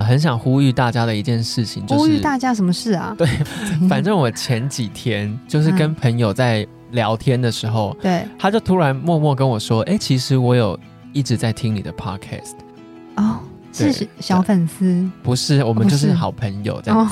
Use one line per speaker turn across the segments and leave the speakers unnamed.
很想呼吁大家的一件事情，就是
呼吁大家什么事啊？
对，反正我前几天就是跟
嗯
朋友在聊天的时候，
对
他就突然默默跟我说：“哎、其实我有一直在听你的 podcast，
哦，
对
是小粉丝
不是我们
不
就是是好朋友这样。
哦，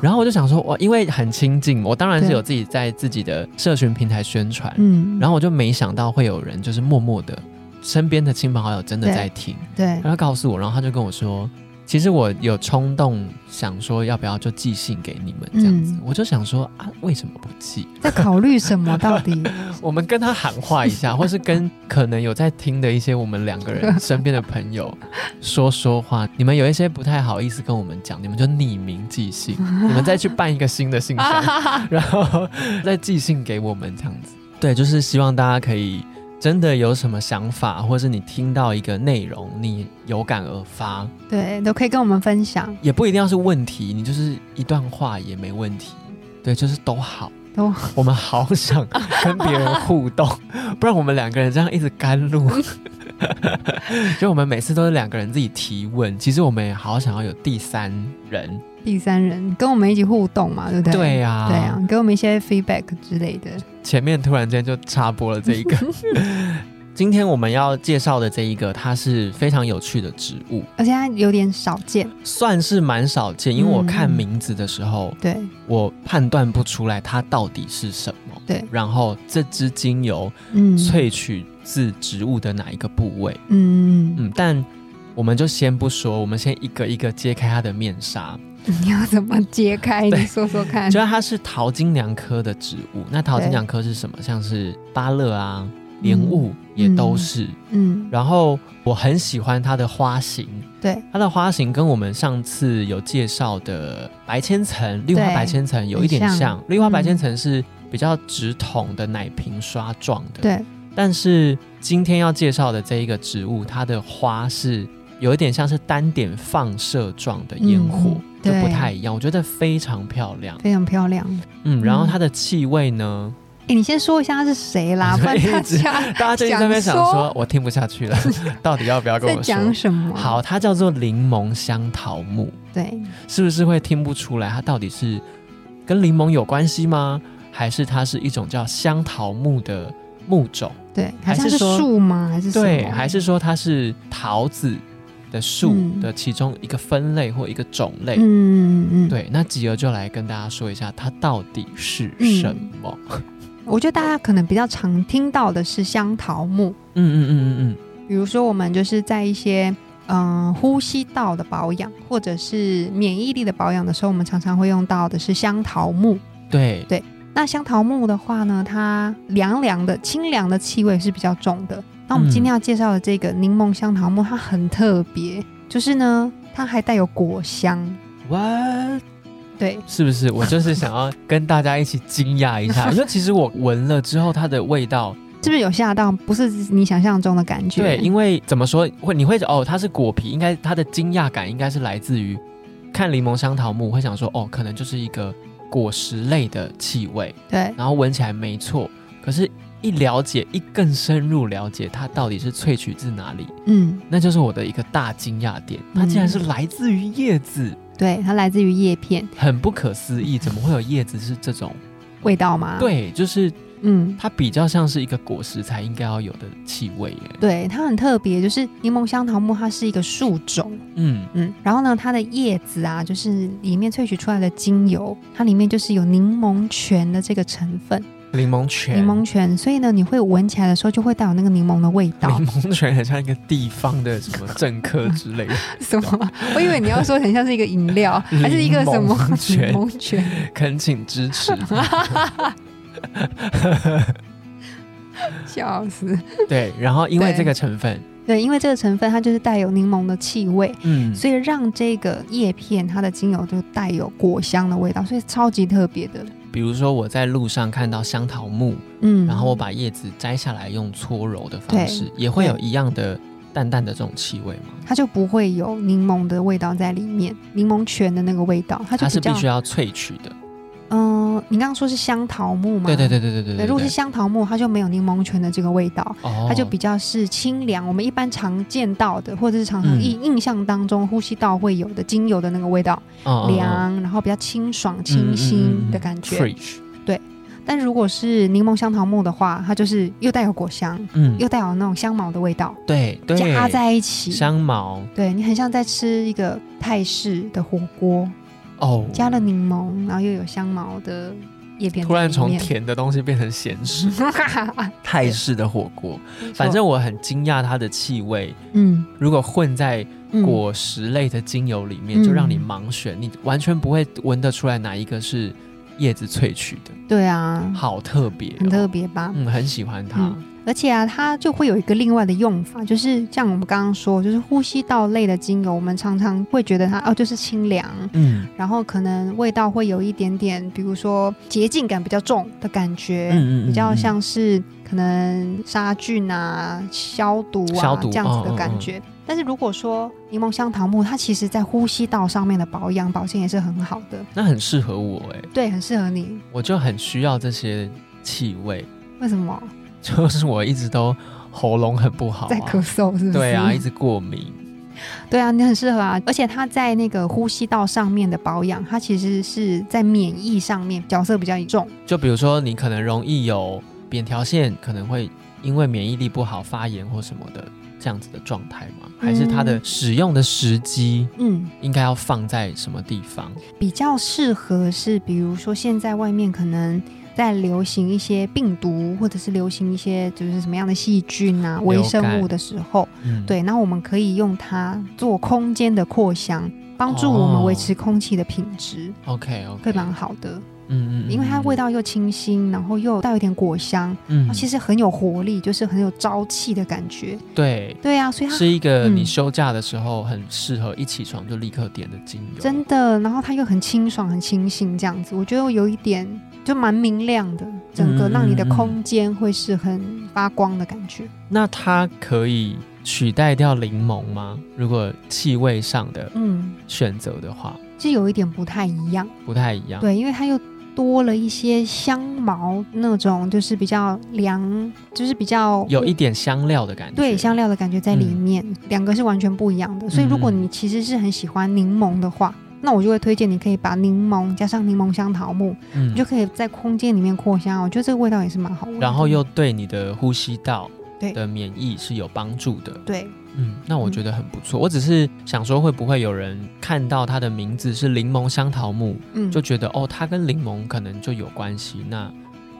然后我就想说，哇，因为很亲近，我当然是
对
有自己在自己的社群平台宣传，
嗯，后
然后我就没想到会有人就是默默的，身边的亲朋好友真的在听，
对
然后告诉我，然后他就跟我说，其实我有冲动想说要不要就寄信给你们这样子，
嗯
我就想说啊，为什么不 寄？
在考虑什么？到 底
我们跟他喊话一下，或是跟可能有在听的一些我们两个人身边的朋友 说说话。你们有一些不太好意思跟我们讲，你们就匿名寄信，你们再去办一个新的 信箱， 然后 再寄信给我们这样子。对，就是希望大家可以真的有什么想法，或是你听到一个内容，你有感而发，
对都可以跟我们分享，
也不一定要是问题，你就是一段话也没问题。对，就是都好。
都
我们好想跟别人互动， 不然我们两个人这样一直甘 露。就我们每次都是两个人自己提问，其实我们也好想要有第三人。
第三人跟我们一起互动嘛，对不对？
对呀、
对啊，给我们一些 feedback 之类的。
前面突然间就插播了这一 个。今天我们要介绍的这一个，它是非常有趣的植物，
而且它有点少见，
算是蛮少见。因为我看
嗯
名字的时候，
对
我判断不出来它到底是什么。
对，
然后这支精油
嗯，
萃取自植物的哪一个部位？
嗯，嗯
嗯，但我们就先不说，我们先一个一个揭开它的面纱。
嗯，你要怎么揭开？
对
你说说看
就。是它是桃金娘科的植物，那桃金娘科是什么？像是芭乐啊、莲雾也都是。
嗯，
然后我很喜欢它的花型，
对，
它的花型跟我们上次有介绍的白千层、绿花
对
白千层有一点像。
很像嗯
绿花白千层是比较直筒的奶瓶刷状的，
对，
但是今天要介绍的这一个植物，它的花是有一点像是单点放射状的烟火，
嗯
就
对
不太一样。我觉得非常漂亮，
非常漂亮。
嗯，然后它的气味呢，
哎，你先说一下他是谁啦，
我
不然大
一直
家
大家就在那边想
想
说
说，
我听不下去了， 到底要不要跟
在
我
讲
说？
什么？
好，，它叫做柠檬香桃木，
对，
是不是会听不出来它到底是跟柠檬有关系吗？还是它是一种叫香桃木的木种？
对，
还
好
是
像是
说
树吗？嗯还是什么
对，还是说它是桃子的树
嗯
的其中一个分类或一个种类？
嗯嗯嗯，
对，那吉儿就来跟大家说一下，它到底是什么？
我觉得大家可能比较常听到的是香桃木，
嗯嗯嗯嗯
比如说我们就是在一些嗯、呃呼吸道的保养，或者是免疫力的保养的时候，我们常常会用到的是香桃木。
嗯，对，
那香桃木的话呢，它凉凉的、清凉的气味是比较重的。那我们
嗯
今天要介绍的这个柠檬香桃木，它很特别，就是呢，它还带有果香。
哇，
对，
是不是？我就是想要跟大家一起惊讶一 下，因为其实我闻了之后，它的味道，
是不是有吓到？不是你想象中的感觉。
对，因为怎么说，会你会哦，它是果皮，应该它的惊讶感应该是来自于看柠檬香桃木，会想说哦，可能就是一个果实类的气味，
对
然后闻起来没错，可是，一了解，一更深入了解它到底是萃取自哪里，
嗯，
那就是我的一个大惊讶点。它竟然是来自于叶子，
对，它来自于叶片
很不可思议，怎么会有叶子是这种？
味道嘛。，
对，就是
嗯，
它比较像是一个果实才应该要有的气味耶。
对，它很特别，就是柠檬香桃木，它是一个树种，
嗯，
嗯，然后呢，它的叶子啊，就是里面萃取出来的精油，它里面就是有柠檬泉的这个成分，
柠檬泉，
柠檬泉，所以呢，你会闻起来的时候就会带有那个柠檬的味道
柠。檬泉很像一个地方的什么政客之类的，
什么？我以为你要说很像是一个饮 料，还是一个什么
柠檬
柠
泉
檬泉？
恳请支持。
笑死！
对，然后因为
对
这个成分，
对，因为这个成分它就是带有柠檬的气味，
嗯，
所以让这个叶片它的精油就带有果香的味道，所以超级特别的。
比如说我在路上看到香桃木，
嗯，
然后我把叶子摘下来，用搓揉的方式，也会有一样的淡淡的这种气味吗？
它就不会有柠檬的味道在里面，柠檬泉的那个味道，它就
它
比
是
较
必须要萃取的。
嗯、你刚刚说是香桃木吗？
对对对对对对
对，如果是香桃木，它就没有柠檬泉的这个味道，
哦，
它就比较是清凉。我们一般常见到的，或者是常常
嗯
印印象当中呼吸道会有的精油的那个味道，
嗯嗯嗯
凉，然后比较清爽、
嗯嗯
清
嗯
新
嗯
的感觉。
fresh，
但如果是柠檬香桃木的话，它就是又带有果香，
嗯，
又带有那种香茅的味道，
对对，
加在一起，
香茅
对你很像在吃一个泰式的火锅，
哦，
加了柠檬，然后又有香茅的叶片在里面，
突然从甜的东西变成咸食，泰式的火锅。
没错
反正我很惊讶它的气味，
嗯
如果混在
嗯
果实类的精油里
嗯
面，就让你盲选，你完全不会闻得出来哪一个是叶子萃取的，
对啊，
好特别、哦，
很特别吧？
嗯，很喜欢它。
嗯而且啊，它就会有一个另外的用法，就是像我们刚刚说，就是呼吸道类的精油，我们常常会觉得它哦，就是清凉，
嗯
然后可能味道会有一点点，比如说洁净感比较重的感觉，
嗯嗯
比较像是可能杀菌啊、
嗯
消毒啊
消毒
这样子的感
哦
觉。但是如果说柠檬香桃木，它其实在呼吸道上面的保养保健也是很好的，
嗯那很适合我哎、
对，很适合你。
我欸就很需要这些气味，
为什
哦
么
就是我一直都喉咙很不好、啊，
在咳嗽？是不是？
对啊，一直过敏。
对啊，你很适合啊，而且它在那个呼吸道上面的保养，它其实是在免疫上面角色比较重。
就比如说，你可能容易有扁条线，可能会因为免疫力不好发炎或什么的这样子的状态吗？还是它的使用的时机
嗯，
应该要放在什么地方？
比较适合是，比如说现在外面可能在流行一些病毒，或者是流行一些就是什么样的细菌啊、微生物的时候，
嗯，，
对，那我们可以用它做空间的扩香，帮助我们维持空气的品质，
，OK OK，
会蛮好的。
哦嗯
因为它味
道，
道又清新，然后又带有一点果香，
嗯
其
实
实很有活力，就是很有朝气的感觉。
对，
对啊，所以它
是一个
嗯
你休假的时候很适合一起床就立刻点的精油，
真的，然后它又很清爽、很清新这样子，我觉得有一点就蛮明亮的，整个
嗯
让你的
嗯嗯
空间会是很发光的感觉。
那它可以取代掉柠檬吗？如果气味上的
嗯，
选择的话，
这有一点不太一样，
不太一样。，
对，因为它又多了一些香茅那种，就是比较凉，就是比较
有一点香料的感觉。
对香料的感觉在里面，两个是完全不一样的。所以如果
嗯
你其实是很喜欢柠檬的话，那我就会推荐你可以把柠檬加上柠檬香桃木，
嗯
你就可以在空间里面扩香。我觉得这个味道也是蛮好闻的。
然后又对你的呼吸道
嗯对
的免疫是有帮助的。
对，
嗯，那我觉得很不错。我只是想说，会不会有人看到它的名字是柠檬香桃木，
嗯，
就觉得哦，它跟柠檬可能就有关系？那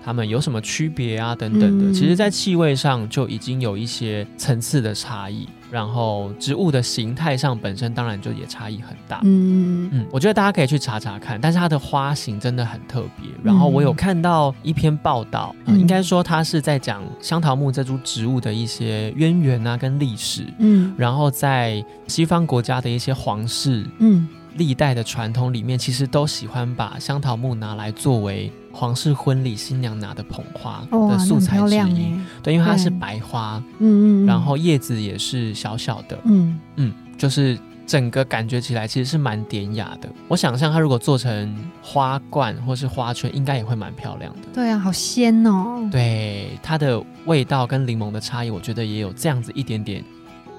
它们有什么区别啊？等等的。
嗯
其实，在气味上就已经有一些层次的差异，然后植物的形态上本身当然就也差异很大。
嗯
嗯，我觉得大家可以去查查看，但是它的花型真的很特别。然后我有看到一篇报道，呃
嗯
应该说它是在讲香桃木这株植物的一些渊源啊跟历史，
嗯
然后在西方国家的一些皇室
嗯
历代的传统里面，其实都喜欢把香桃木拿来作为皇室婚礼新娘拿的捧花
哇，
的
那
素
很
材
漂
之
亮
一。
哎，
对，因为它是
对
白花，
嗯嗯，嗯
然后叶子也是小小的，
嗯
嗯，就是整个感觉起来其实是蛮典雅的。我想象它如果做成花冠或是花圈，应该也会蛮漂亮的。
对啊，好鲜哦，
对，它的味道跟柠檬的差异，我觉得也有这样子一点点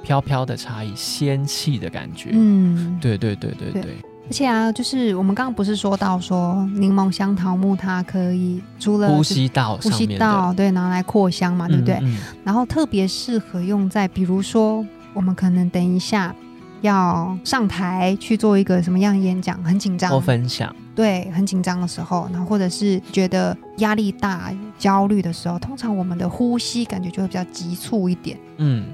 飘飘的差异，仙气的感觉。
嗯，
对对对对
对
对，
而且啊，就是我们刚刚不是说到说柠檬香桃木它可以除了
呼
就是
吸道
呼
上
吸
面的，
道对拿来扩香嘛，对不对？
嗯？
然后特别适合用在比如说我们可能等一下。要上台去做一个什么样的演讲，很紧张
我，分享，
对，很紧张的时候，然后或者是觉得压力大、焦虑的时候，通常我们的呼吸感觉就会比较急促一点。
嗯，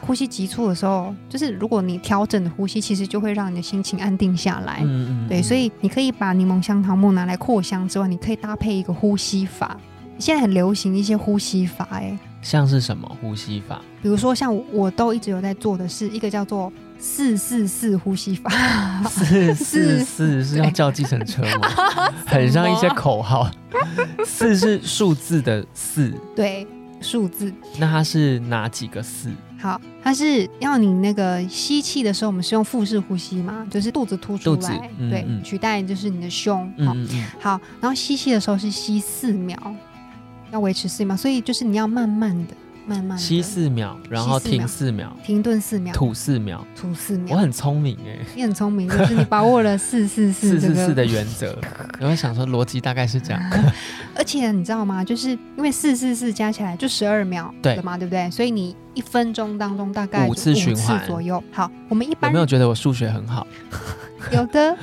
呼吸急促的时候，就是如果你调整的呼吸，其实就会让你的心情安定下来。
嗯嗯嗯
对，所以你可以把柠檬香桃木拿来扩香之外，你可以搭配一个呼吸法，现在很流行一些呼吸法、哎，
嗯像是什么呼吸法？
比如说像我我都一直有在做的是一个叫做四四四呼吸法，
四四四是要叫计程车吗？很像一些口号。四是数字的四，
对，数字。
那它是哪几个四？
好，它是要你那个吸气的时候，我们是用腹式呼吸嘛，就是肚子凸出
肚子
来，
嗯
对，
嗯
取代就是你的胸。好，
嗯嗯嗯，
好，然后吸气的时候是吸四秒，要维持四秒，所以就是你要慢慢的、慢慢的
吸四秒，然后停四秒，
停顿四秒，
吐四秒。
吐四
我
秒。
很聪明哎，
你很聪明，就是你把握了四四四
四
这
四四
个，啊
的原则，我会想说逻辑大概是这样。
而且你知道吗？就是因为四四四加起来就十二秒
对
了嘛，对不对？所以你一分钟当中大概就
五次循环
左右。好，我们一
有
般
没有觉得我数学很好？
有 的，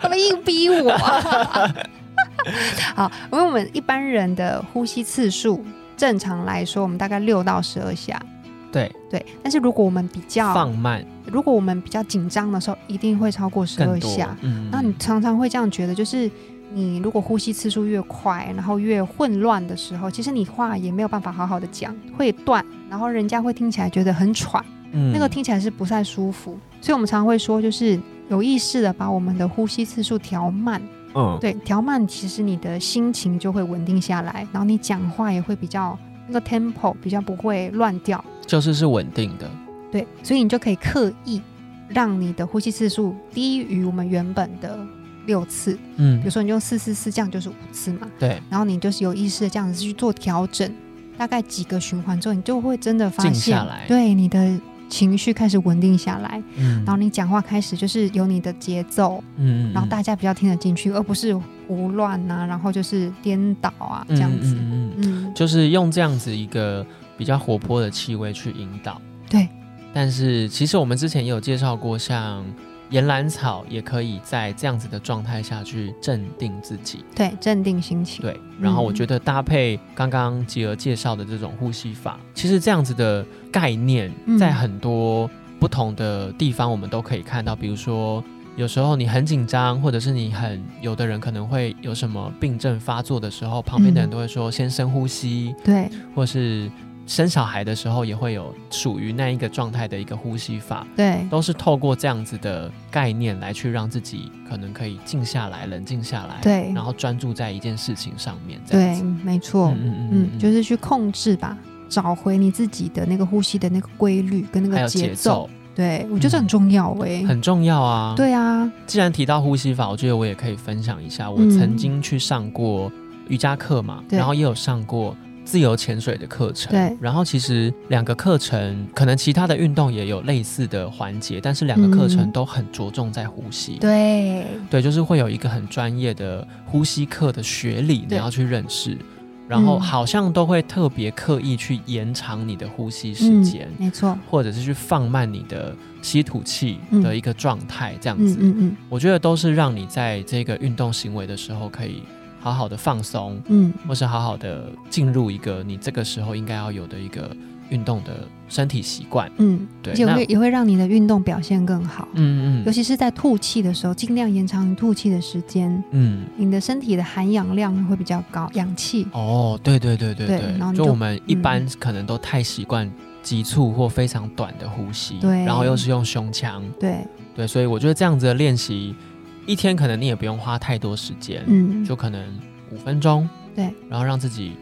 他们硬逼我。好，因为我们一般人的呼吸次数，正常来说，我们大概六到十二下。
对，
对，但是如果我们比较，
放慢
如果我们比较紧张的时候，一定会超过十
更
二
多
下。。
嗯
那你常常会这样觉得，就是你如果呼吸次数越快，然后越混乱的时候，其实你话也没有办法好好的讲，会断，然后人家会听起来觉得很喘。
嗯
那个听起来是不太舒服，所以我们常会说，就是有意识的把我们的呼吸次数调慢。
嗯
对，调慢，其实你的心情就会稳定下来，然后你讲话也会比较那个 tempo 比较不会乱掉。
就是是稳定的。
对，所以你就可以刻意让你的呼吸次数低于我们原本的六次，比
嗯
如，说你用四四四，这样就是五次嘛。
对，
然后你就是有意识的这样子去做调整，大概几个循环之后，你就会真的发
静
现
下来，
对你的情绪开始稳定下来。
嗯
然后你讲话开始就是有你的节奏，
嗯
然后大家比较听得进去，而不是胡乱呐、然后就是颠倒啊这样子。
嗯嗯嗯嗯
嗯，
就是用这样子一个比较活泼的气味去引导。
对，
但是其实我们之前也有介绍过，像岩兰草也可以在这样子的状态下去镇定自己。
对，镇定心情。
对，然后我
嗯
觉得搭配刚刚吉儿介绍的这种呼吸法，其实这样子的概念
嗯
在很多不同的地方我们都可以看到，比如说。有时候你很紧张，或者是你很有的人可能会有什么病症发作的时候，旁边的
嗯
人都会说先深呼吸，
对，
或是生小孩的时候也会有属于那一个状态的一个呼吸法，
对，
都是透过这样子的概念来去让自己可能可以静下来、冷静下来，
对
然后专注在一件事情上面，这样
对，
子，
没错。嗯
嗯
就是是去控制吧，找回你自己的那个呼吸的那个规律跟那
还有
个
节
奏。
奏嗯
对，我觉得这很重要哎、
很重要啊。，
对啊，
既然提到呼吸法，我觉得我也可以分享一下，我
嗯
曾经去上过瑜伽课嘛，
对
然后也有上过。自由潜水的课程，
对
然后其实两个课程可能其他的运动也有类似的环节，但是两个课程
嗯
都很着重在呼吸，
对，
对，就是会有一个很专业的呼吸课的学理，你
对
要去认识，然后
嗯
好像都会特别刻意去延长你的呼吸时
嗯
间，
没错。
或者是去放慢你的吸吐气的一个状态，这样
嗯
子，
嗯嗯
我觉得都是让你在这个运动行为的时候可以好好的放松，
嗯，
或是好好的进入一个你这个时候应该要有的一个运动的身体习惯。
嗯，
对
而且
那
会也会让你的运动表现更好。
嗯
尤
嗯
其是在吐气的时候，尽量延长你吐气的时间，
嗯。
你的身体的含氧量会比较高，氧气。
哦，对对对对
对
对，
然后你
就
就
我们一般可能都太习惯急促或非常短的呼吸，
对
然后又是用胸腔，
对，
对，所以我觉得这样子的练习，一天可能你也不用花太多时间，
嗯，
就可能五分钟，
对，
然后让自己。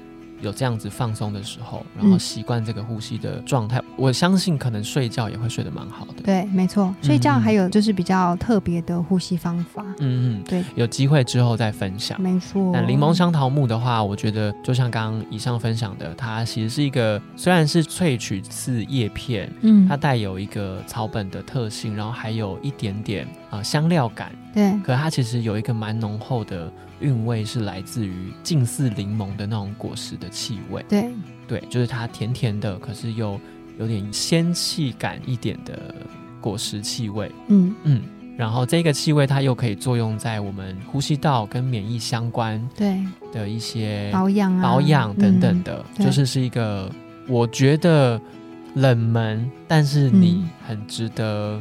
有这样子放松的时候，然后
嗯
习惯这个呼吸的状态，我相信可能睡觉也会睡得蛮好的。
对，没错。睡觉
嗯
还有就是比较特别的呼吸方法，
嗯嗯，
对，哦
有机会之后再分享。
没错。
嗯那柠檬香桃木的话，我觉得就像刚刚以上分享的，它其实是一个虽然是萃取自叶片，
嗯，
它带有一个草本的特性，然后还有一点点啊、呃香料感，
对，
可它其实有一个蛮浓厚的韵味，是来自于近似柠檬的那种果实的气味。
对，
对，就是它甜甜的，可是又有点仙气感一点的果实气味。
嗯，
嗯，然后这个气味它又可以作用在我们呼吸道跟免疫相关
对，
的一些
保养啊，
保养等等
嗯，
的，
对
就是是一个我觉得冷门，但是你
嗯
很值得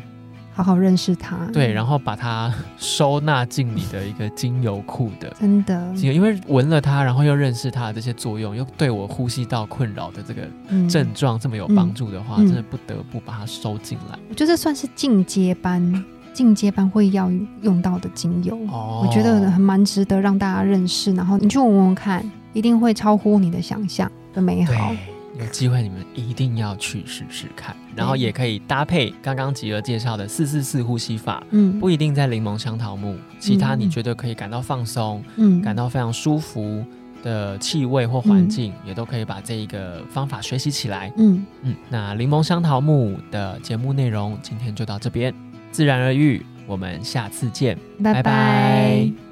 好好认识它。
对，然后把它 收纳进你的一个精油库的
真的，
精油，因为闻了它，然后又认识它的这些作用，又对我呼吸道困扰的这个
嗯
症状这么有帮助的话，
嗯嗯
真的不得不把它收进来。
我觉得算是进阶班，进阶班会要用到的精油。
哦
嗯我觉得很蛮值得让大家认识，然后你去闻闻看，一定会超乎你的想象的美好。
对，有机会你们一定要去试试看，然后也可以搭配刚刚吉儿介绍的四四四呼吸法，
嗯
不一定在柠檬香桃木，其他
嗯
你觉得可以感到放松、
嗯
感到非常舒服的气味或环境，也都可以把这一个方法学习起来。
嗯，
嗯，那柠檬香桃木的节目内容今天就到这边，自然而愈，我们下次见，
拜
拜拜